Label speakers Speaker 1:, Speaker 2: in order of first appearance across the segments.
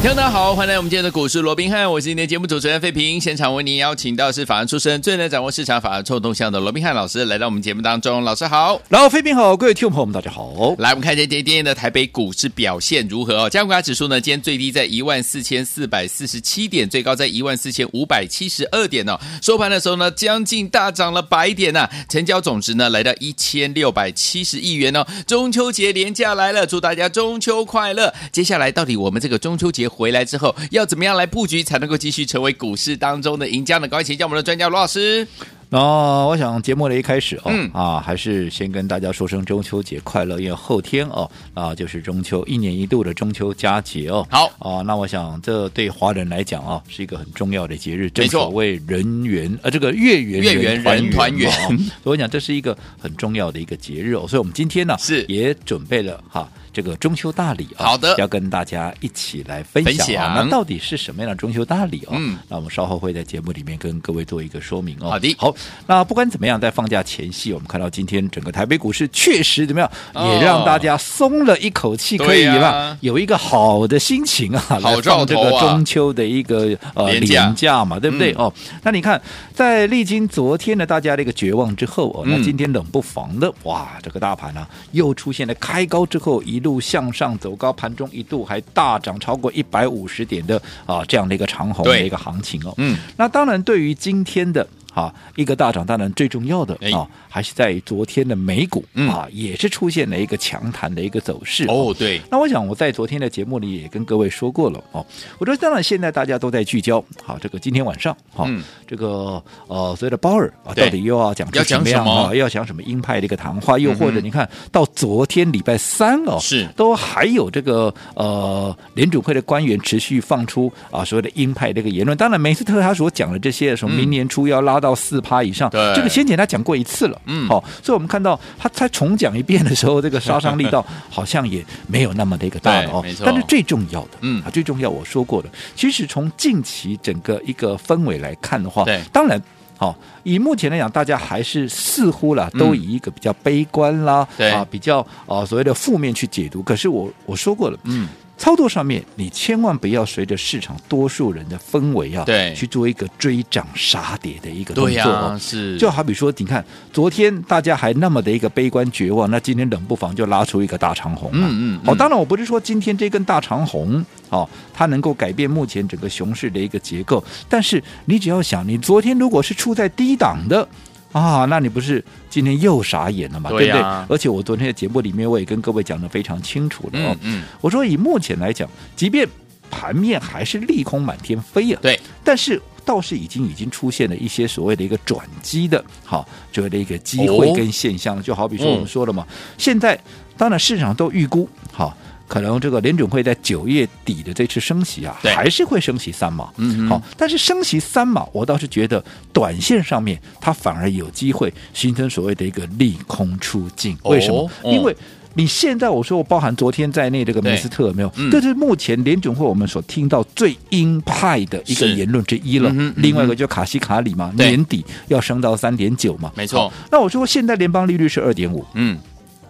Speaker 1: 听众大家好，欢迎来我们今天的股市罗宾汉，我是今天的节目主持人费平。现场为您邀请到是法案出身、最能掌握市场法案臭动向的罗宾汉老师来到我们节目当中。老师好，
Speaker 2: 然后，飞平好，各位听众朋友们，大家好。
Speaker 1: 来我们看一下今天的台北股市表现如何哦。加权指数呢，今天最低在一万四千四百四十七点，最高在一万四千五百七十二点哦。收盘的时候呢，将近大涨了百点呐、成交总值呢来到一千六百七十亿元哦。中秋节连假来了，祝大家中秋快乐。接下来到底我们这个中秋节回来之后，要怎么样来布局才能够继续成为股市当中的赢家呢？赶快请教我们的专家罗老师。
Speaker 2: 那、我想节目的一开始哦，
Speaker 1: 嗯
Speaker 2: 啊，还是先跟大家说声中秋节快乐，因为后天哦，啊，就是中秋一年一度的中秋佳节哦。
Speaker 1: 好
Speaker 2: 啊，那我想这对华人来讲啊，是一个很重要的节日，
Speaker 1: 没错
Speaker 2: 正所谓人缘呃，这个月圆
Speaker 1: 月圆人团圆
Speaker 2: 嘛哦 所以我想这是一个很重要的一个节日哦，所以我们今天呢
Speaker 1: 是
Speaker 2: 也准备了哈。这个中秋大礼啊、
Speaker 1: 好的
Speaker 2: 要跟大家一起来分享,、啊、
Speaker 1: 分享
Speaker 2: 那到底是什么样的中秋大礼哦？
Speaker 1: 嗯
Speaker 2: 那我们稍后会在节目里面跟各位做一个说明哦。
Speaker 1: 好的
Speaker 2: 好，那不管怎么样，在放假前夕，我们看到今天整个台北股市确实怎么样，
Speaker 1: 哦
Speaker 2: 也让大家松了一口气，可以
Speaker 1: 对
Speaker 2: 吧？
Speaker 1: 啊
Speaker 2: 有一个好的心情啊，来
Speaker 1: 好兆
Speaker 2: 放这
Speaker 1: 头啊
Speaker 2: 个中秋的一个呃
Speaker 1: 廉价
Speaker 2: 廉价嘛，对不对？
Speaker 1: 嗯
Speaker 2: 哦，那你看，在历经昨天的大家的一个绝望之后哦，那
Speaker 1: 嗯
Speaker 2: 今天冷不防的哇，这个大盘啊又出现了开高之后一路向上走高，盘中一度还大涨超过一百五十点的啊这样的一个长虹的
Speaker 1: 对
Speaker 2: 一个行情哦。
Speaker 1: 嗯，
Speaker 2: 那当然，对于今天的。啊，一个大涨，当然最重要的
Speaker 1: 哎
Speaker 2: 啊，还是在于昨天的美股、
Speaker 1: 嗯
Speaker 2: 啊，也是出现了一个强弹的一个走势
Speaker 1: 哦，对，
Speaker 2: 那我想我在昨天的节目里也跟各位说过了哦，我说当然现在大家都在聚焦，好，这个今天晚上，好、
Speaker 1: 嗯
Speaker 2: 这个呃所谓的鲍尔啊，
Speaker 1: 对
Speaker 2: 到底又要讲出
Speaker 1: 要讲
Speaker 2: 什么样
Speaker 1: 什么嗯
Speaker 2: 啊，要讲什么鹰派的一个谈话，又或者你看、到昨天礼拜三哦，
Speaker 1: 是
Speaker 2: 都还有这个呃联准会的官员持续放出啊所谓的鹰派这个言论，当然梅斯特他所讲的这些什么明年初要拉到四趴以
Speaker 1: 嗯
Speaker 2: 上，
Speaker 1: 对
Speaker 2: 这个先前他讲过一次了，
Speaker 1: 嗯
Speaker 2: 好、所以我们看到他他重讲一遍的时候，这个杀伤力 道好像也没有那么的一个大了哦
Speaker 1: 对没错。
Speaker 2: 但是最重要的，
Speaker 1: 嗯
Speaker 2: 啊，最重要我说过的，其实从近期整个一个氛围来看的话，
Speaker 1: 对
Speaker 2: 当然。好，以目前来讲，大家还是似乎啦，
Speaker 1: 嗯
Speaker 2: 都以一个比较悲观啦，
Speaker 1: 对
Speaker 2: 啊，比较啊所谓的负面去解读。可是我我说过了，
Speaker 1: 嗯，
Speaker 2: 操作上面你千万不要随着市场多数人的氛围啊，
Speaker 1: 对
Speaker 2: 去做一个追涨杀跌的一个动
Speaker 1: 对
Speaker 2: 作、
Speaker 1: 呀、
Speaker 2: 哦。
Speaker 1: 是
Speaker 2: 就好比说，你看昨天大家还那么的一个悲观绝望，那今天冷不防就拉出一个大长虹、啊。
Speaker 1: 嗯嗯嗯
Speaker 2: 好、当然我不是说今天这根大长虹，哦，它能够改变目前整个熊市的一个结构，但是你只要想，你昨天如果是处在低档的。啊，那你不是今天又傻眼了嘛？
Speaker 1: 对
Speaker 2: 对不
Speaker 1: 呀
Speaker 2: 对？而且我昨天的节目里面，我也跟各位讲的非常清楚了、哦。
Speaker 1: 嗯嗯，
Speaker 2: 我说以目前来讲，即便盘面还是利空满天飞啊，
Speaker 1: 对，
Speaker 2: 但是倒是已经已经出现了一些所谓的一个转机的，好，所谓的一个机会
Speaker 1: 哦
Speaker 2: 跟现象，就好比说
Speaker 1: 嗯
Speaker 2: 我们说了嘛，现在当然市场都预估好。可能这个联准会在九月底的这次升息啊，
Speaker 1: 对
Speaker 2: 还是会升息三码。
Speaker 1: 嗯哼
Speaker 2: 好，但是升息三码，我倒是觉得短线上面它反而有机会形成所谓的一个利空出尽。为什么？
Speaker 1: 哦
Speaker 2: 因为你现在我说我包含昨天在内这个
Speaker 1: 对
Speaker 2: 梅斯特有没有？
Speaker 1: 嗯
Speaker 2: 这是目前联准会我们所听到最鹰派的一个
Speaker 1: 是
Speaker 2: 言论之一了。
Speaker 1: 嗯哼嗯哼
Speaker 2: 另外一个就卡西卡里嘛，
Speaker 1: 对
Speaker 2: 年底要升到三点九嘛，
Speaker 1: 没错
Speaker 2: 好。那我说现在联邦利率是二点五，
Speaker 1: 嗯，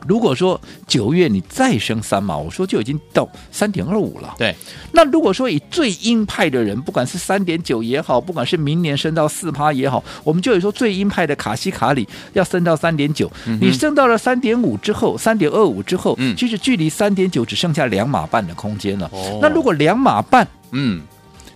Speaker 2: 如果说九月你再升三嘛，我说就已经到三点二五了。
Speaker 1: 对，
Speaker 2: 那如果说以最鹰派的人，不管是三点九也好，不管是明年升到四趴也好，我们就有说最鹰派的卡西卡里要升到三点九，你升到了三点五之后，三点二五之后，
Speaker 1: 嗯
Speaker 2: 其实距离三点九只剩下两码半的空间了。
Speaker 1: 哦
Speaker 2: 那如果两码半
Speaker 1: 嗯，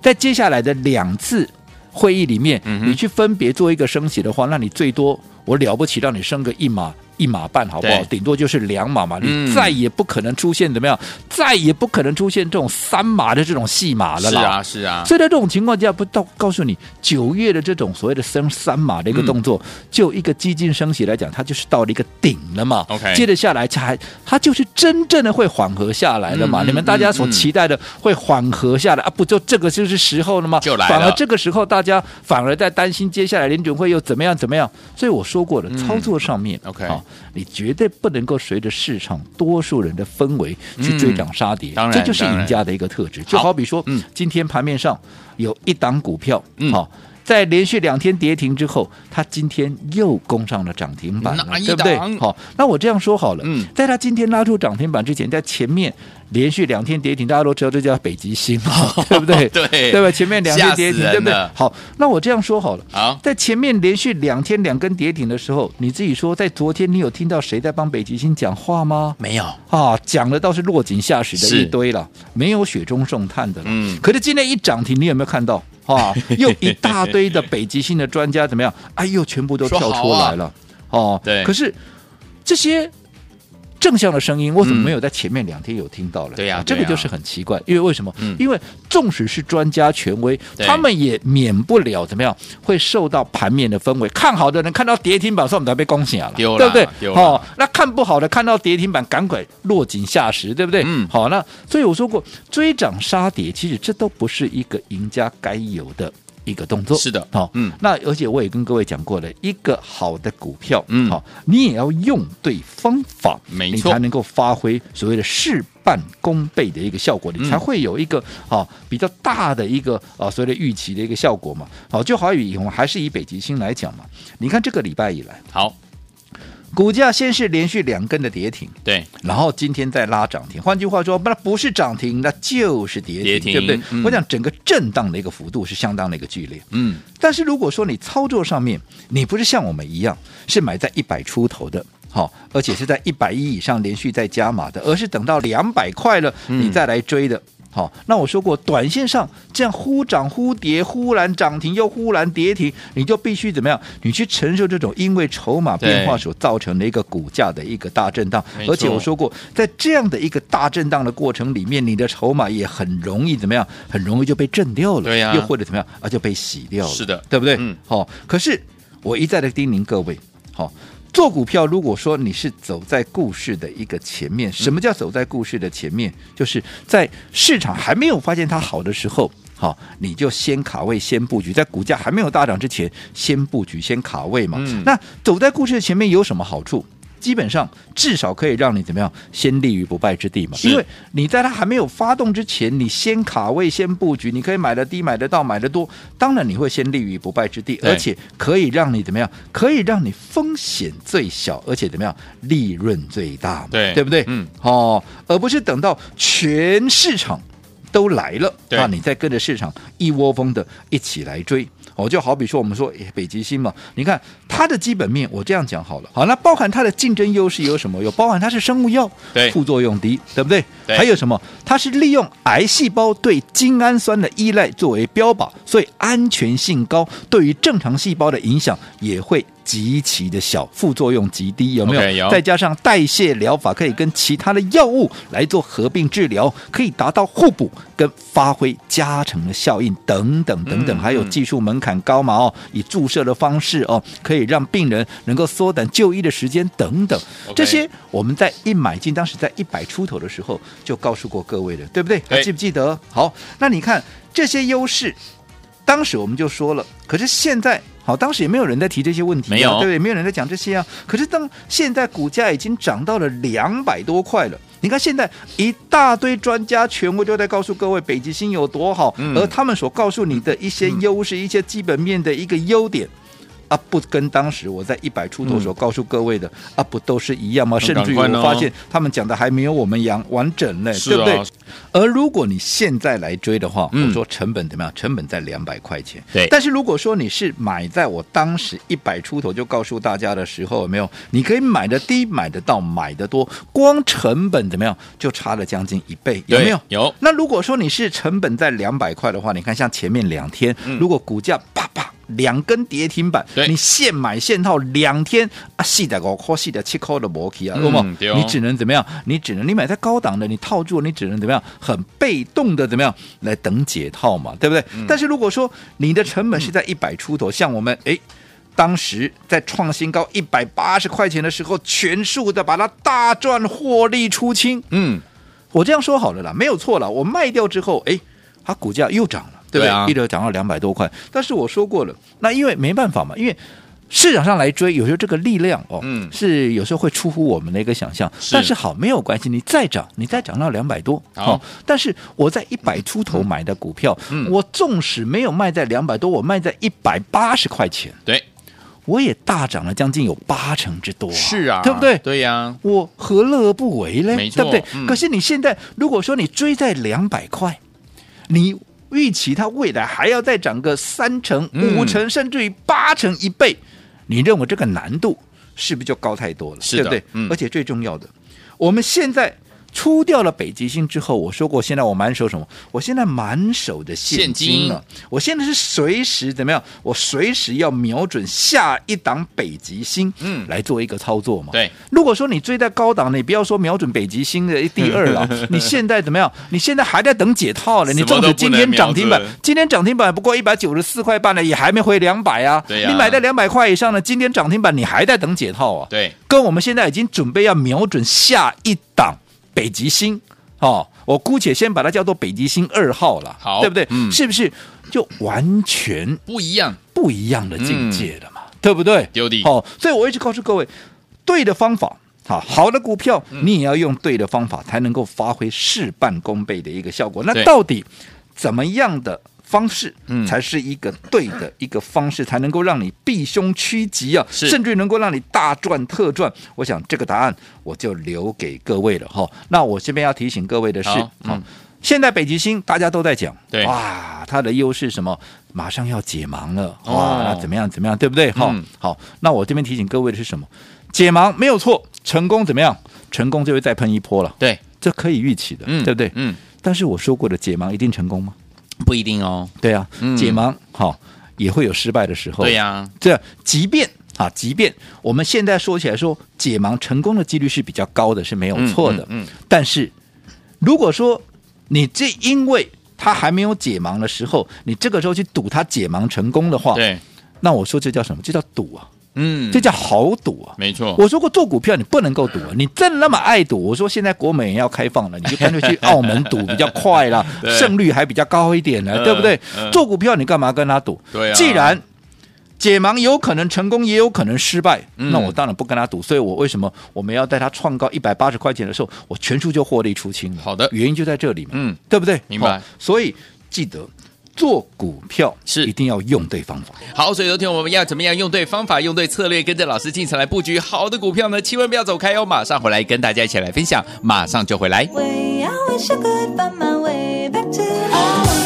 Speaker 2: 在接下来的两次会议里面，
Speaker 1: 嗯哼
Speaker 2: 你去分别做一个升息的话，那你最多我了不起让你升个一码一码半，好不好
Speaker 1: 对？
Speaker 2: 顶多就是两码嘛，
Speaker 1: 嗯
Speaker 2: 你再也不可能出现怎么样，再也不可能出现这种三码的这种戏码了
Speaker 1: 是
Speaker 2: 啦。
Speaker 1: 啊是啊，
Speaker 2: 所以在这种情况下，不到告诉你九月的这种所谓的升三码的一个动作，
Speaker 1: 嗯
Speaker 2: 就一个激进升息来讲，它就是到了一个顶了嘛。
Speaker 1: OK
Speaker 2: 接着下来才它就是真正的会缓和下来了嘛。
Speaker 1: 嗯
Speaker 2: 你们大家所
Speaker 1: 嗯嗯
Speaker 2: 期待的会缓和下来、啊，不就这个就是时候了吗？
Speaker 1: 就来了
Speaker 2: 反而这个时候大家反而在担心接下来联准会又怎么样怎么样。所以我说过了，
Speaker 1: 嗯
Speaker 2: 操作上面
Speaker 1: OK
Speaker 2: 好你绝对不能够随着市场多数人的氛围
Speaker 1: 嗯
Speaker 2: 去追涨杀跌，
Speaker 1: 当然
Speaker 2: 这就是
Speaker 1: 当然
Speaker 2: 赢家的一个特质。就
Speaker 1: 好
Speaker 2: 好比说，
Speaker 1: 嗯
Speaker 2: 今天盘面上有一档股票，
Speaker 1: 嗯
Speaker 2: 好、在连续两天跌停之后，它今天又攻上了涨停板了
Speaker 1: 哪一，
Speaker 2: 对不对
Speaker 1: 档？
Speaker 2: 好、那我这样说好了，
Speaker 1: 嗯
Speaker 2: 在它今天拉出涨停板之前，在前面连续两天跌停，大家都知道这叫北极星，啊 对不对？
Speaker 1: 对
Speaker 2: 对吧？前面两天跌停，
Speaker 1: 吓死人啊
Speaker 2: 对不对
Speaker 1: 了？
Speaker 2: 好，那我这样说好了，
Speaker 1: 好
Speaker 2: 在前面连续两天两根跌停的时候，你自己说，在昨天你有听到谁在帮北极星讲话吗？
Speaker 1: 没有，
Speaker 2: 啊，讲的倒是落井下石的
Speaker 1: 是
Speaker 2: 一堆了，没有雪中送炭的了。
Speaker 1: 嗯
Speaker 2: 可是今天一涨停，你有没有看到？ 啊，又一大堆的北极星的专家怎么样？哎呦，全部都
Speaker 1: 说
Speaker 2: 跳
Speaker 1: 好啊
Speaker 2: 出来了。哦，
Speaker 1: 对
Speaker 2: 可是这些正向的声音，我怎么
Speaker 1: 嗯
Speaker 2: 没有在前面两天有听到了？啊
Speaker 1: 对呀
Speaker 2: 这个
Speaker 1: 对呀
Speaker 2: 就是很奇怪，因为为什么？
Speaker 1: 嗯
Speaker 2: 因为纵使是专家权威，
Speaker 1: 对
Speaker 2: 他们也免不了怎么样会受到盘面的氛围。看好的人看到跌停板，说我们才被恭喜啊了，
Speaker 1: 丢
Speaker 2: 对
Speaker 1: 啦
Speaker 2: 不对？
Speaker 1: 丢啦
Speaker 2: 哦，那看不好的看到跌停板，赶快落井下石，对不对？
Speaker 1: 嗯
Speaker 2: 好，那所以我说过，追涨杀跌，其实这都不是一个赢家该有的一个动作。
Speaker 1: 是的
Speaker 2: 好、
Speaker 1: 嗯
Speaker 2: 嗯，那而且我也跟各位讲过了，一个好的股票，
Speaker 1: 嗯
Speaker 2: 好、你也要用对方法，
Speaker 1: 没
Speaker 2: 你
Speaker 1: 错
Speaker 2: 才能够发挥所谓的事半功倍的一个效果，
Speaker 1: 嗯
Speaker 2: 你才会有一个啊、比较大的一个啊、所谓的预期的一个效果嘛。好、就好比我们还是以北极星来讲嘛，你看这个礼拜以来，
Speaker 1: 好，
Speaker 2: 股价先是连续两根的跌停。
Speaker 1: 对，
Speaker 2: 然后今天再拉涨停，换句话说，那不是涨停，那就是跌停，
Speaker 1: 跌停
Speaker 2: 对不对？
Speaker 1: 嗯
Speaker 2: 我讲整个震荡的一个幅度是相当的一个剧烈。
Speaker 1: 嗯，
Speaker 2: 但是如果说你操作上面，你不是像我们一样是买在一百出头的，好、而且是在一百一以上连续在加码的，而是等到两百块了
Speaker 1: 嗯
Speaker 2: 你再来追的。好，那我说过，短线上这样忽涨忽跌，忽然涨停又忽然跌停，你就必须怎么样？你去承受这种因为筹码变化
Speaker 1: 对
Speaker 2: 所造成的一个股价的一个大震荡
Speaker 1: 没。错
Speaker 2: 而且我说过，在这样的一个大震荡的过程里面，你的筹码也很容易怎么样？很容易就被震掉了，
Speaker 1: 对呀
Speaker 2: 又或者怎么样啊，就被洗掉。掉了
Speaker 1: 是的
Speaker 2: 对不对？
Speaker 1: 嗯
Speaker 2: 好、可是我一再的叮咛各位，好、做股票，如果说你是走在故事的一个前面，
Speaker 1: 嗯
Speaker 2: 什么叫走在故事的前面？就是在市场还没有发现它好的时候。好，你就先卡位，先布局，在股价还没有大涨之前，先布局，先卡位嘛。
Speaker 1: 嗯
Speaker 2: 那走在故事的前面有什么好处？基本上至少可以让你怎么样，先立于不败之地嘛。
Speaker 1: 是
Speaker 2: 因为你在它还没有发动之前，你先卡位、先布局，你可以买的低、买得到、买得多，当然你会先立于不败之地，
Speaker 1: 对
Speaker 2: 而且可以让你怎么样？可以让你风险最小，而且怎么样，利润最大嘛，
Speaker 1: 对
Speaker 2: 对不对？
Speaker 1: 嗯，
Speaker 2: 哦，而不是等到全市场都来了，
Speaker 1: 对
Speaker 2: 那你再跟着市场一窝蜂的一起来追。哦，就好比说我们说诶北极星嘛，你看它的基本面，我这样讲好了，好，那包含它的竞争优势有什么？有包含它是生物药，
Speaker 1: 对
Speaker 2: 副作用低，对不对？
Speaker 1: 对
Speaker 2: 还有什么？它是利用癌细胞对精氨酸的依赖作为标靶，所以安全性高，对于正常细胞的影响也会极其的小，副作用极低，有没有？
Speaker 1: OK，有
Speaker 2: 再加上代谢疗法可以跟其他的药物来做合并治疗，可以达到互补跟发挥加成的效应等等等等，
Speaker 1: 嗯
Speaker 2: 还有
Speaker 1: 嗯
Speaker 2: 技术门槛高嘛哦，以注射的方式哦，可以让病人能够缩短就医的时间等等
Speaker 1: OK
Speaker 2: 这些我们在一买进，当时在一百出头的时候就告诉过各位了，对不对？
Speaker 1: 对
Speaker 2: 还记不记得？好，那你看这些优势，当时我们就说了，可是现在。好，当时也没有人在提这些问题、啊，
Speaker 1: 没有
Speaker 2: 对不对？没有人在讲这些啊。可是当现在股价已经涨到了两百多块了，你看现在一大堆专家全部都在告诉各位北极星有多好，
Speaker 1: 嗯
Speaker 2: 而他们所告诉你的一些优势、一些基本面的一个优点，啊，不跟当时我在一百出头时候告诉各位的、啊，不都是一样吗？甚至
Speaker 1: 嗯赶
Speaker 2: 于
Speaker 1: 快
Speaker 2: 我
Speaker 1: 哦
Speaker 2: 发现他们讲的还没有我们洋完整呢，
Speaker 1: 是
Speaker 2: 对
Speaker 1: 啊
Speaker 2: 不对？而如果你现在来追的话，
Speaker 1: 嗯
Speaker 2: 我说成本怎么样？成本在两百块钱。
Speaker 1: 对
Speaker 2: 但是如果说你是买在我当时一百出头就告诉大家的时候，有没有？你可以买的低，买得到，买得多，光成本怎么样就差了将近一倍，有
Speaker 1: 对
Speaker 2: 没有？
Speaker 1: 有
Speaker 2: 那如果说你是成本在两百块的话，你看像前面两天，如果股价啪啪两根跌停板
Speaker 1: 嗯对，
Speaker 2: 你现买现套两天啊，细的五块，细的七块的摩起啊，
Speaker 1: 嗯
Speaker 2: 那么、
Speaker 1: 对哦
Speaker 2: 你只能怎么样？你只能你买在高档的，你套住，你只能怎么样？很被动的怎么样来等解套嘛，对不对？
Speaker 1: 嗯
Speaker 2: 但是如果说你的成本是在一百出头，像我们哎。当时在创新高一百八十块钱的时候，全数的把它大赚获利出清，
Speaker 1: 嗯，
Speaker 2: 我这样说好了啦，没有错了。我卖掉之后，哎，它股价又涨了，对不
Speaker 1: 对
Speaker 2: 对？
Speaker 1: 啊
Speaker 2: 一直涨到两百多块。但是我说过了，那因为没办法嘛，因为。市场上来追，有时候这个力量哦，
Speaker 1: 嗯
Speaker 2: 是有时候会出乎我们的一个想象。
Speaker 1: 是
Speaker 2: 但是好，没有关系，你再涨，你再涨到两百多，哦
Speaker 1: 好
Speaker 2: 但是我在一百出头买的股票，
Speaker 1: 嗯
Speaker 2: 我纵使没有卖在两百多，我卖在一百八十块钱，
Speaker 1: 对，
Speaker 2: 我也大涨了将近有八成之多、
Speaker 1: 是啊，
Speaker 2: 对不对？
Speaker 1: 对呀、
Speaker 2: 我何乐而不为嘞？
Speaker 1: 没错
Speaker 2: 对不对？
Speaker 1: 嗯
Speaker 2: 可是你现在如果说你追在两百块，你预期它未来还要再涨个三成、
Speaker 1: 嗯
Speaker 2: 五成，甚至于八成一倍，你认为这个难度是不是就高太多了？
Speaker 1: 是
Speaker 2: 对
Speaker 1: 的
Speaker 2: 不对？
Speaker 1: 嗯
Speaker 2: 而且最重要的，我们现在。出掉了北极星之后，我说过，现在我满手什么？我现在满手的现金了。我现在是随时怎么样？我随时要瞄准下一档北极星，
Speaker 1: 嗯
Speaker 2: 来做一个操作嘛。
Speaker 1: 对，
Speaker 2: 如果说你追在高档，你不要说瞄准北极星的第二 了，你现在怎么样？你现在还在等解套呢？
Speaker 1: 什
Speaker 2: 你
Speaker 1: 么都
Speaker 2: 纵使今天涨停板
Speaker 1: 不能瞄准，
Speaker 2: 今天涨停板不过一百九十四块半呢，也还没回两百啊。
Speaker 1: 对呀
Speaker 2: 你买在两百块以上呢，今天涨停板你还在等解套啊？
Speaker 1: 对，
Speaker 2: 跟我们现在已经准备要瞄准下一档北极星哦，我姑且先把它叫做北极星二号了，
Speaker 1: 好
Speaker 2: 对不对？
Speaker 1: 嗯
Speaker 2: 是不是就完全
Speaker 1: 不一样，
Speaker 2: 不一样的境界了嘛，对不对？
Speaker 1: 丢嗯的
Speaker 2: 哦，所以我一直告诉各位，对的方法。好好的股票，
Speaker 1: 嗯
Speaker 2: 你也要用对的方法，才能够发挥事半功倍的一个效果。那
Speaker 1: 对
Speaker 2: 到底怎么样的方式
Speaker 1: 嗯，
Speaker 2: 才是一个对的一个方式，才能够让你避凶趋吉啊，
Speaker 1: 是
Speaker 2: 甚至于能够让你大赚特赚？我想这个答案我就留给各位了哈。那我这边要提醒各位的是，
Speaker 1: 好嗯
Speaker 2: 现在北极星大家都在讲，
Speaker 1: 对
Speaker 2: 哇，它的优势是什么？马上要解盲了，哇，
Speaker 1: 哦
Speaker 2: 那怎么样？怎么样？对不对？哈、
Speaker 1: 嗯
Speaker 2: 好，那我这边提醒各位的是什么？解盲没有错，成功怎么样？成功就会再喷一波了，
Speaker 1: 对，
Speaker 2: 这可以预期的，
Speaker 1: 嗯，
Speaker 2: 对不对？
Speaker 1: 嗯，
Speaker 2: 但是我说过的，解盲一定成功吗？
Speaker 1: 不一定哦，
Speaker 2: 对啊，
Speaker 1: 嗯
Speaker 2: 解盲好、也会有失败的时候，
Speaker 1: 对呀、
Speaker 2: 这即便啊，即便我们现在说起来说解盲成功的几率是比较高的，是没有错的。
Speaker 1: 嗯嗯嗯
Speaker 2: 但是如果说你这因为他还没有解盲的时候，你这个时候去赌他解盲成功的话，
Speaker 1: 对，
Speaker 2: 那我说这叫什么？这叫赌啊，
Speaker 1: 嗯，哦
Speaker 2: 这叫豪赌啊。
Speaker 1: 没错，
Speaker 2: 我说过做股票你不能够赌啊，你真那么爱赌，我说现在国美也要开放了，你就干脆去澳门赌比较快啦，
Speaker 1: 对
Speaker 2: 胜率还比较高一点呢，
Speaker 1: 嗯
Speaker 2: 对不对
Speaker 1: 嗯？
Speaker 2: 做股票你干嘛跟他赌？
Speaker 1: 对啊
Speaker 2: 既然解盲有可能成功，也有可能失败，
Speaker 1: 嗯
Speaker 2: 那我当然不跟他赌。所以我为什么我们要在他创高一百八十块钱的时候，我全数就获利出清了？
Speaker 1: 好的
Speaker 2: 原因就在这里嘛，
Speaker 1: 嗯，
Speaker 2: 对不对？
Speaker 1: 明白
Speaker 2: 好所以记得做股票
Speaker 1: 是
Speaker 2: 一定要用对方法。
Speaker 1: 好，所以昨天我们要怎么样用对方法、用对策略，跟着老师进场来布局好的股票呢？千万不要走开哦，马上回来跟大家一起来分享，马上就回来。
Speaker 3: way. I wish I could find my way back to home.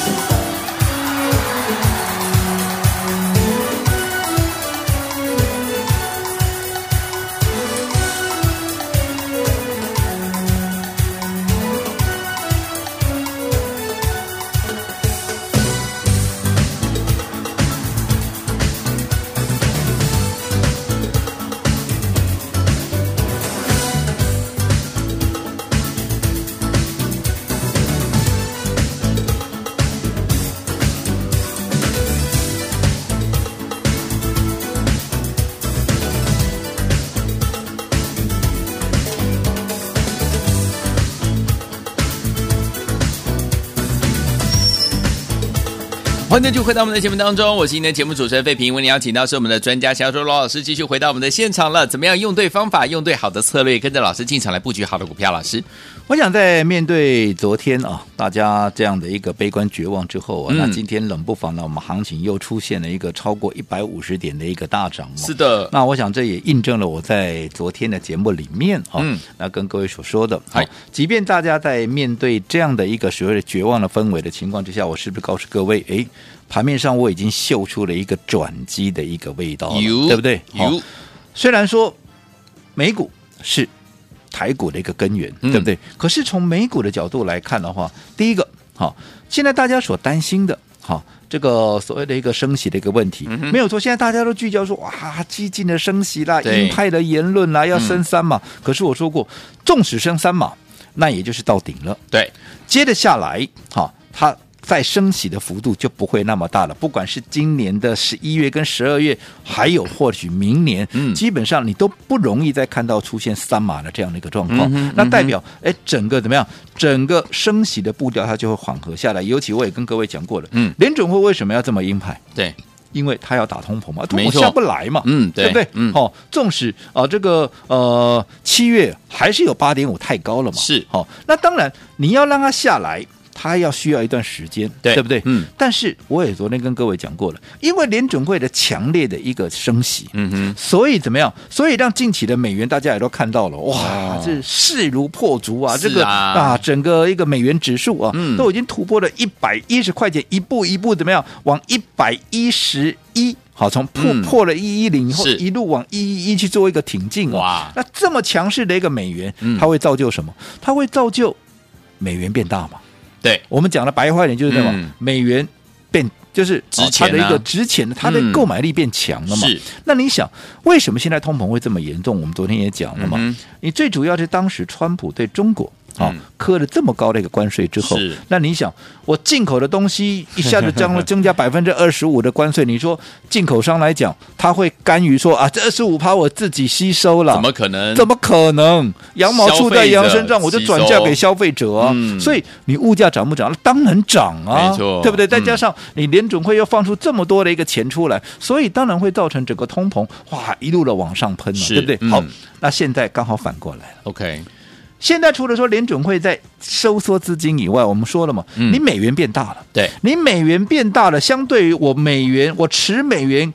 Speaker 1: OK，欢迎继续回到我们的节目当中，我是今天的节目主持人费平，为您邀请到是我们的专家销售罗老师，继续回到我们的现场了。怎么样用对方法、用对好的策略，跟着老师进场来布局好的股票？老师，
Speaker 2: 我想在面对昨天啊，大家这样的一个悲观绝望之后啊，
Speaker 1: 嗯
Speaker 2: 那今天冷不防呢，我们行情又出现了一个超过一百五十点的一个大涨嘛。哦
Speaker 1: 的，
Speaker 2: 那我想这也印证了我在昨天的节目里面啊，
Speaker 1: 嗯
Speaker 2: 那跟各位所说的，
Speaker 1: 嗨
Speaker 2: 啊，即便大家在面对这样的一个所谓的绝望的氛围的情况之下，我是不是告诉各位，诶，盘面上我已经嗅出了一个转机的一个味道了
Speaker 1: 有
Speaker 2: 哦对不对？哦好
Speaker 1: 有，
Speaker 2: 虽然说美股是台股的一个根源，
Speaker 1: 嗯
Speaker 2: 对不对？可是从美股的角度来看的话，第一个，好、现在大家所担心的，好、这个所谓的一个升息的一个问
Speaker 1: 嗯
Speaker 2: 题，没有错。现在大家都聚焦说，哇，激进的升息啦，
Speaker 1: 对嗯
Speaker 2: 鹰派的言论啦，要升三嘛。可是我说过，纵使升三嘛，那也就是到顶了。
Speaker 1: 对，
Speaker 2: 接着下来，哈、它再升息的幅度就不会那么大了。不管是今年的十一月跟十二月，还有或许明年，
Speaker 1: 嗯
Speaker 2: 基本上你都不容易再看到出现三码的这样的一个状况。
Speaker 1: 嗯哼
Speaker 2: 那代表，哎，整个怎么样？整个升息的步调它就会缓和下来。尤其我也跟各位讲过了，
Speaker 1: 嗯
Speaker 2: 联准会为什么要这么鹰派？
Speaker 1: 对，
Speaker 2: 因为它要打通膨嘛，通
Speaker 1: 没
Speaker 2: 膨
Speaker 1: 错
Speaker 2: 下不来嘛，
Speaker 1: 嗯对
Speaker 2: 不对？
Speaker 1: 嗯
Speaker 2: 哦，纵使啊、呃这个呃七月还是有八点五太高了嘛，
Speaker 1: 是
Speaker 2: 哦，那当然你要让它下来。它要需要一段时间，
Speaker 1: 对
Speaker 2: 不对？
Speaker 1: 嗯。
Speaker 2: 但是我也昨天跟各位讲过了，因为联准会的强烈的一个升息，
Speaker 1: 嗯哼，
Speaker 2: 所以怎么样？所以让近期的美元大家也都看到了，哇
Speaker 1: 哦，
Speaker 2: 这势如破竹啊！
Speaker 1: 是啊
Speaker 2: 这个啊，整个一个美元指数啊，
Speaker 1: 嗯
Speaker 2: 都已经突破了一百一十块钱，一步一步怎么样往一百一十一。好，从破
Speaker 1: 嗯
Speaker 2: 破了一一零以后，
Speaker 1: 是
Speaker 2: 一路往一一一去做一个挺进哦
Speaker 1: 哇
Speaker 2: 那这么强势的一个美元
Speaker 1: 嗯，
Speaker 2: 它会造就什么？它会造就美元变大嘛？
Speaker 1: 对，
Speaker 2: 我们讲的白话一点就是什么？
Speaker 1: 嗯
Speaker 2: 美元变就是
Speaker 1: 值
Speaker 2: 哦
Speaker 1: 钱啊
Speaker 2: 它的一个值钱，它的
Speaker 1: 嗯
Speaker 2: 购买力变强了嘛。
Speaker 1: 是
Speaker 2: 那你想，为什么现在通膨会这么严重？我们昨天也讲了嘛，
Speaker 1: 嗯哼
Speaker 2: 你最主要是当时川普对中国。啊
Speaker 1: 嗯，
Speaker 2: 磕了这么高的一个关税之后
Speaker 1: 是，
Speaker 2: 那你想，我进口的东西一下子 增了增加百分之二十五的关税，你说进口商来讲，他会甘于说啊，这二十五趴我自己吸收了，
Speaker 1: 怎么可能？
Speaker 2: 怎么可能？羊毛出在羊身
Speaker 1: 消
Speaker 2: 上，
Speaker 1: 费者
Speaker 2: 我就转嫁给消费者啊。
Speaker 1: 吸收嗯
Speaker 2: 所以你物价涨不涨？当然涨啊，
Speaker 1: 没错
Speaker 2: 对不对？
Speaker 1: 嗯
Speaker 2: 再加上你联准会又放出这么多的一个钱出来，所以当然会造成整个通膨哇一路的往上喷了、
Speaker 1: 是
Speaker 2: 对不对？
Speaker 1: 嗯
Speaker 2: 好，那现在刚好反过来了。
Speaker 1: ？OK，
Speaker 2: 现在除了说联准会在收缩资金以外，我们说了嘛，
Speaker 1: 嗯
Speaker 2: 你美元变大了，
Speaker 1: 对，
Speaker 2: 你美元变大了，相对于我美元，我持美元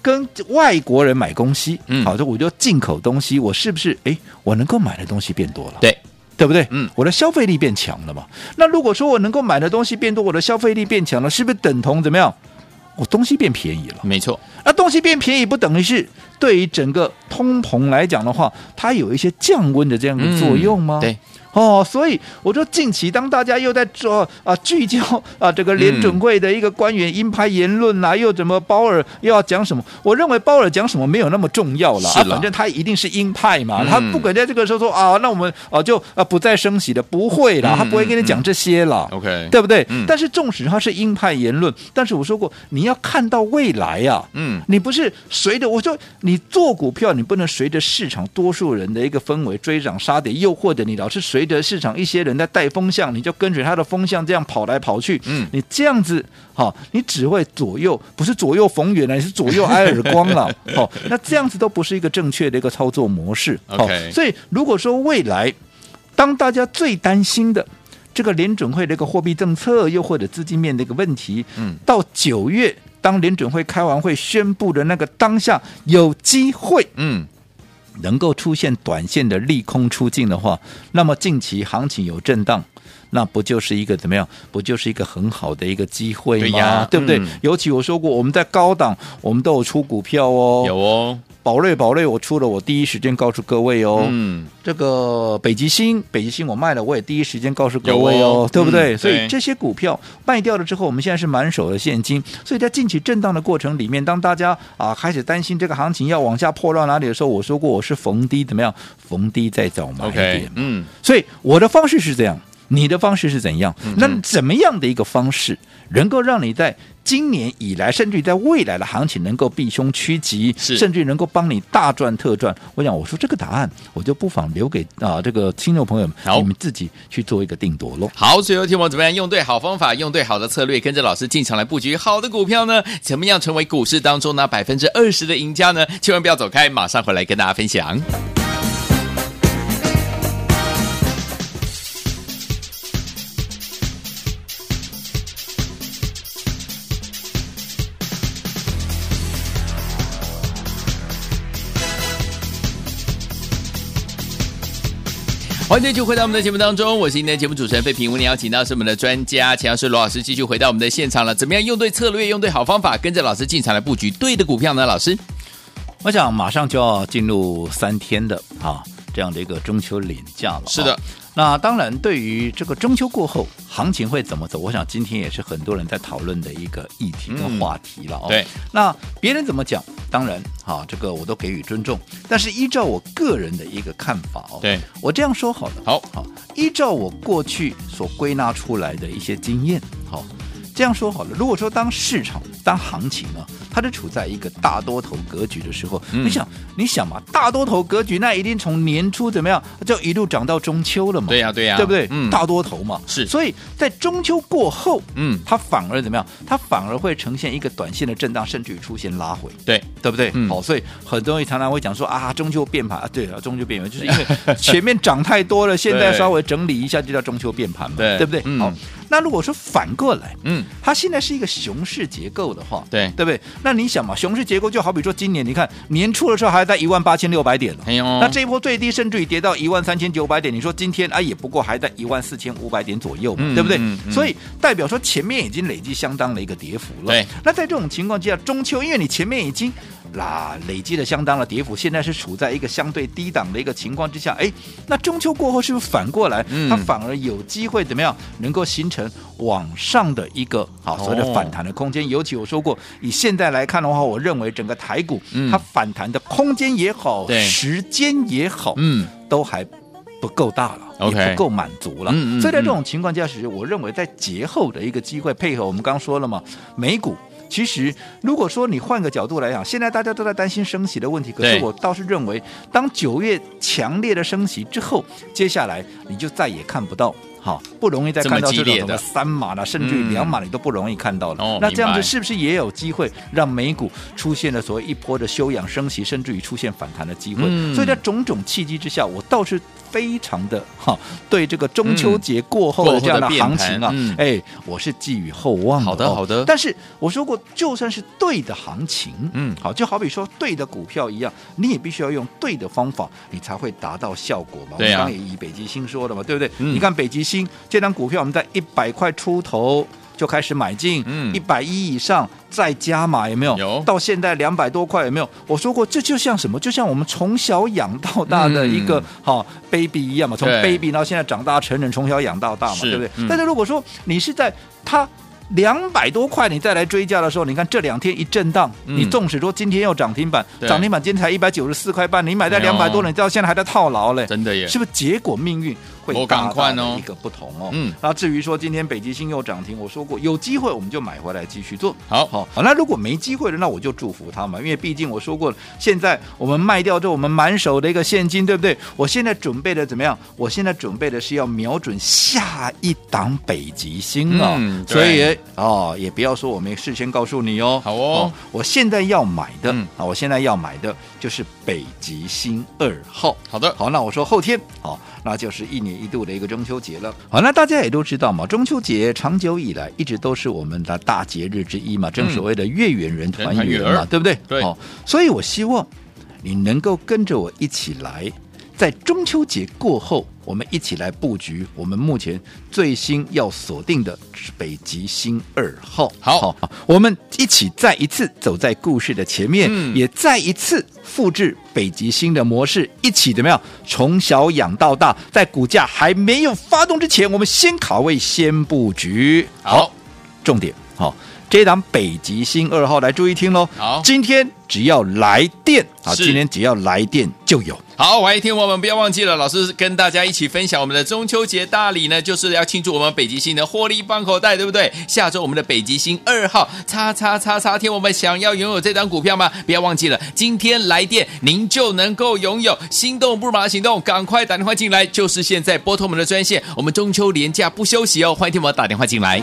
Speaker 2: 跟外国人买东西，
Speaker 1: 嗯
Speaker 2: 好的，我就进口东西，我是不是哎，我能够买的东西变多了？
Speaker 1: 对，
Speaker 2: 对不对？
Speaker 1: 嗯
Speaker 2: 我的消费力变强了嘛。那如果说我能够买的东西变多，我的消费力变强了，是不是等同怎么样？我东西变便宜了？
Speaker 1: 没错，
Speaker 2: 那东西变便宜，不等于是对于整个通膨来讲的话，它有一些降温的这样的作用吗？
Speaker 1: 嗯对，
Speaker 2: 哦，所以我说近期当大家又在做啊聚焦啊这个联准会的一个官员鹰派言论
Speaker 1: 嗯
Speaker 2: 啦、又怎么鲍尔又要讲什么？我认为鲍尔讲什么没有那么重要了，
Speaker 1: 是
Speaker 2: 啊
Speaker 1: 啦
Speaker 2: 反正他一定是鹰派嘛，
Speaker 1: 嗯
Speaker 2: 他不管在这个时候说啊，那我们啊就啊不再升息的，不会啦，
Speaker 1: 嗯
Speaker 2: 他不会跟你讲这些啦。
Speaker 1: OK
Speaker 2: 对不对？
Speaker 1: 嗯
Speaker 2: 但是纵使他是鹰派言论，但是我说过，你要看到未来啊，
Speaker 1: 嗯
Speaker 2: 你不是随着我说你做股票，你不能随着市场多数人的一个氛围追涨杀跌，又或者你老是随着市场一些人在带风向，你就跟随他的风向这样跑来跑去，
Speaker 1: 嗯
Speaker 2: 你这样子，好、你只会左右不是左右逢源了，你是左右挨耳光了， 好、那这样子都不是一个正确的一个操作模式，好、
Speaker 1: OK
Speaker 2: 所以如果说未来当大家最担心的。这个联准会的一个货币政策，又或者资金面的一个问题，
Speaker 1: 嗯，
Speaker 2: 到九月，当联准会开完会宣布的那个当下，有机会
Speaker 1: 嗯，
Speaker 2: 能够出现短线的利空出尽的话，那么近期行情有震荡。那不就是一个怎么样？不就是一个很好的一个机会吗？
Speaker 1: 对呀
Speaker 2: 不对？
Speaker 1: 嗯
Speaker 2: 尤其我说过，我们在高档，我们都有出股票哦。
Speaker 1: 有哦，
Speaker 2: 宝瑞，宝瑞，我出了，我第一时间告诉各位哦。
Speaker 1: 嗯，
Speaker 2: 这个北极星，北极星我卖了，我也第一时间告诉各位
Speaker 1: 有
Speaker 2: 哦
Speaker 1: 哦，
Speaker 2: 对不对？
Speaker 1: 嗯
Speaker 2: 所
Speaker 1: 对
Speaker 2: 以这些股票卖掉了之后，我们现在是满手的现金。所以在近期震荡的过程里面，当大家啊开始担心这个行情要往下破到哪里的时候，我说过我是逢低怎么样，逢低再找买
Speaker 1: OK，
Speaker 2: 点。
Speaker 1: 嗯，
Speaker 2: 所以我的方式是这样，你的方式是怎样？
Speaker 1: 嗯
Speaker 2: 那怎么样的一个方式能够让你在今年以来，甚至于在未来的行情能够避凶趋吉，
Speaker 1: 是
Speaker 2: 甚至于能够帮你大赚特赚？我想，我说这个答案，我就不妨留给啊、这个听众朋友们
Speaker 1: 好，
Speaker 2: 你们自己去做一个定夺喽。
Speaker 1: 好，所以有听我怎么样用对好方法，用对好的策略，跟着老师进场来布局好的股票呢？怎么样成为股市当中呢百分之二十的赢家呢？千万不要走开，马上回来跟大家分享。欢迎继续回到我们的节目当中，我是今天的节目主持人费平。为您邀请到是我们的专家，钱老师罗老师继续回到我们的现场了。怎么样用对策略，用对好方法，跟着老师进场来布局对的股票呢？老师，
Speaker 2: 我想马上就要进入三天的啊这样的一个中秋连假了啊、
Speaker 1: 是的
Speaker 2: 那当然，对于这个中秋过后行情会怎么走，我想今天也是很多人在讨论的一个议题跟话题了哦。
Speaker 1: 嗯对，
Speaker 2: 那别人怎么讲，当然啊，这个我都给予尊重，但是依照我个人的一个看法哦，
Speaker 1: 对
Speaker 2: 我这样说好了，
Speaker 1: 好
Speaker 2: 好，依照我过去所归纳出来的一些经验，好。这样说好了，如果说当市场、当行情啊，它是处在一个大多头格局的时候，
Speaker 1: 嗯
Speaker 2: 你想，你想嘛，大多头格局那一定从年初怎么样，就一路涨到中秋了嘛，
Speaker 1: 对呀对呀
Speaker 2: 对不对？
Speaker 1: 嗯
Speaker 2: 大多头嘛，
Speaker 1: 是
Speaker 2: 所以在中秋过后，
Speaker 1: 嗯
Speaker 2: 它反而怎么样？它反而会呈现一个短线的震荡，甚至于出现拉回，
Speaker 1: 对，
Speaker 2: 对不对？
Speaker 1: 嗯
Speaker 2: 好，所以很多人常常会讲说啊，中秋变盘啊，对啊，中秋变盘，就是因为前面涨太多了，现在
Speaker 1: 对
Speaker 2: 稍微整理一下就叫中秋变盘嘛，
Speaker 1: 对
Speaker 2: 不对？
Speaker 1: 嗯
Speaker 2: 好，那如果说反过来，
Speaker 1: 嗯，
Speaker 2: 它现在是一个熊市结构的话，
Speaker 1: 对
Speaker 2: 对不对？那你想嘛，熊市结构就好比说今年，你看年初的时候还在一万八千六百点呢
Speaker 1: 哎呦，
Speaker 2: 那这一波最低甚至于跌到一万三千九百点，你说今天啊也不过还在一万四千五百点左右嘛，
Speaker 1: 嗯
Speaker 2: 对不对？
Speaker 1: 嗯嗯
Speaker 2: 所以代表说前面已经累积相当的一个跌幅了。
Speaker 1: 对，
Speaker 2: 那在这种情况之下，中秋因为你前面已经啦累积了相当的跌幅，现在是处在一个相对低档的一个情况之下，哎，那中秋过后是不是反过来，
Speaker 1: 嗯
Speaker 2: 它反而有机会怎么样能够形成往上的一个好所谓
Speaker 1: 哦
Speaker 2: 的反弹的空间？尤其我说过，以现在来看的话，我认为整个台股、
Speaker 1: 嗯
Speaker 2: 它反弹的空间也好，
Speaker 1: 对
Speaker 2: 时间也好，
Speaker 1: 嗯，
Speaker 2: 都还不够大了。
Speaker 1: OK
Speaker 2: 也不够满足了，
Speaker 1: 嗯嗯
Speaker 2: 所以在这种情况下，其实我认为在节后的一个机会，配合我们刚刚说了嘛，美股。其实，如果说你换个角度来讲，现在大家都在担心升息的问题，可是
Speaker 1: 对
Speaker 2: 我倒是认为，当九月强烈的升息之后，接下来你就再也看不到，好不容易再
Speaker 1: 这么
Speaker 2: 看到
Speaker 1: 激
Speaker 2: 这种
Speaker 1: 烈
Speaker 2: 什么
Speaker 1: 的
Speaker 2: 三码了，甚至于
Speaker 1: 嗯
Speaker 2: 两码你都不容易看到了。
Speaker 1: 哦
Speaker 2: 那这样
Speaker 1: 明白
Speaker 2: 子是不是也有机会让美股出现了所谓一波的休养升息，甚至于出现反弹的机会？
Speaker 1: 嗯
Speaker 2: 所以在种种契机之下，我倒是非常的哈，对这个中秋节过后
Speaker 1: 嗯过后的
Speaker 2: 的这样的行
Speaker 1: 变
Speaker 2: 情
Speaker 1: 盘
Speaker 2: 啊
Speaker 1: 嗯，
Speaker 2: 哎，我是寄予厚望
Speaker 1: 好的
Speaker 2: 哦
Speaker 1: 好的
Speaker 2: 但是我说过，就算是对的行情，
Speaker 1: 嗯
Speaker 2: 好，就好比说对的股票一样，你也必须要用对的方法，你才会达到效果嘛。我
Speaker 1: 对
Speaker 2: 们
Speaker 1: 啊
Speaker 2: 刚刚也以北极星说的嘛，对不对？
Speaker 1: 嗯
Speaker 2: 你看北极星这张股票，我们在一百块出头。就开始买进，
Speaker 1: 嗯
Speaker 2: 一百一以上再加码有没有？
Speaker 1: 有
Speaker 2: 到现在两百多块有没有？我说过，这就像什么？就像我们从小养到大的一个
Speaker 1: 嗯
Speaker 2: 好、baby 一样嘛，从
Speaker 1: 对
Speaker 2: baby 到现在长大成人，从小养到大嘛，
Speaker 1: 是
Speaker 2: 对不对？
Speaker 1: 嗯
Speaker 2: 但是如果说你是在它两百多块你再来追加的时候，你看这两天一震荡，
Speaker 1: 嗯
Speaker 2: 你纵使说今天又涨停板，
Speaker 1: 对
Speaker 2: 涨停板今天才一百九十四块半，你买在
Speaker 1: 哎呦
Speaker 2: 两百多了，你到现在还在套牢嘞，
Speaker 1: 真的耶，
Speaker 2: 是不是结果命运会
Speaker 1: 没
Speaker 2: 大
Speaker 1: 赶快
Speaker 2: 大
Speaker 1: 哦
Speaker 2: 的一个不同哦？
Speaker 1: 嗯，
Speaker 2: 那至于说今天北极星又涨停，我说过有机会我们就买回来继续做。
Speaker 1: 好
Speaker 2: 好、那如果没机会了，那我就祝福他嘛，因为毕竟我说过了，现在我们卖掉之后，我们满手的一个现金，对不对？我现在准备的怎么样？我现在准备的是要瞄准下一档北极星啊、
Speaker 1: 嗯对
Speaker 2: 所以哦，也不要说我们事先告诉你哦。
Speaker 1: 好哦
Speaker 2: 我现在要买的啊、
Speaker 1: 嗯
Speaker 2: 我现在要买的就是北极星二号。
Speaker 1: 好的
Speaker 2: 好，那我说后天，好，那就是一年一度的一个中秋节了。好，那大家也都知道嘛，中秋节长久以来一直都是我们的大节日之一嘛，正所谓的月圆嗯人团
Speaker 1: 人团
Speaker 2: 圆
Speaker 1: 圆
Speaker 2: 嘛，
Speaker 1: 儿
Speaker 2: 对不对？
Speaker 1: 对
Speaker 2: 好，所以我希望你能够跟着我一起来，在中秋节过后，我们一起来布局我们目前最新要锁定的北极星二号。
Speaker 1: 好
Speaker 2: 哦我们一起再一次走在故事的前面，
Speaker 1: 嗯
Speaker 2: 也再一次复制北极星的模式，一起怎么样从小养到大，在股价还没有发动之前，我们先卡位，先布局。
Speaker 1: 好，
Speaker 2: 重点好、这一档北极星二号来注意听喽。
Speaker 1: 好
Speaker 2: 今天只要来电啊，
Speaker 1: 是
Speaker 2: 今天只要来电就有。
Speaker 1: 好，欢迎听众朋友们，不要忘记了，老师跟大家一起分享我们的中秋节大礼呢，就是要庆祝我们北极星的获利放口袋，对不对？下周我们的北极星二号叉叉叉叉天，我们想要拥有这张股票吗？不要忘记了，今天来电您就能够拥有，心动不如马上行动，赶快打电话进来，就是现在拨通我们的专线，我们中秋连假不休息哦，欢迎听众朋友们打电话进来。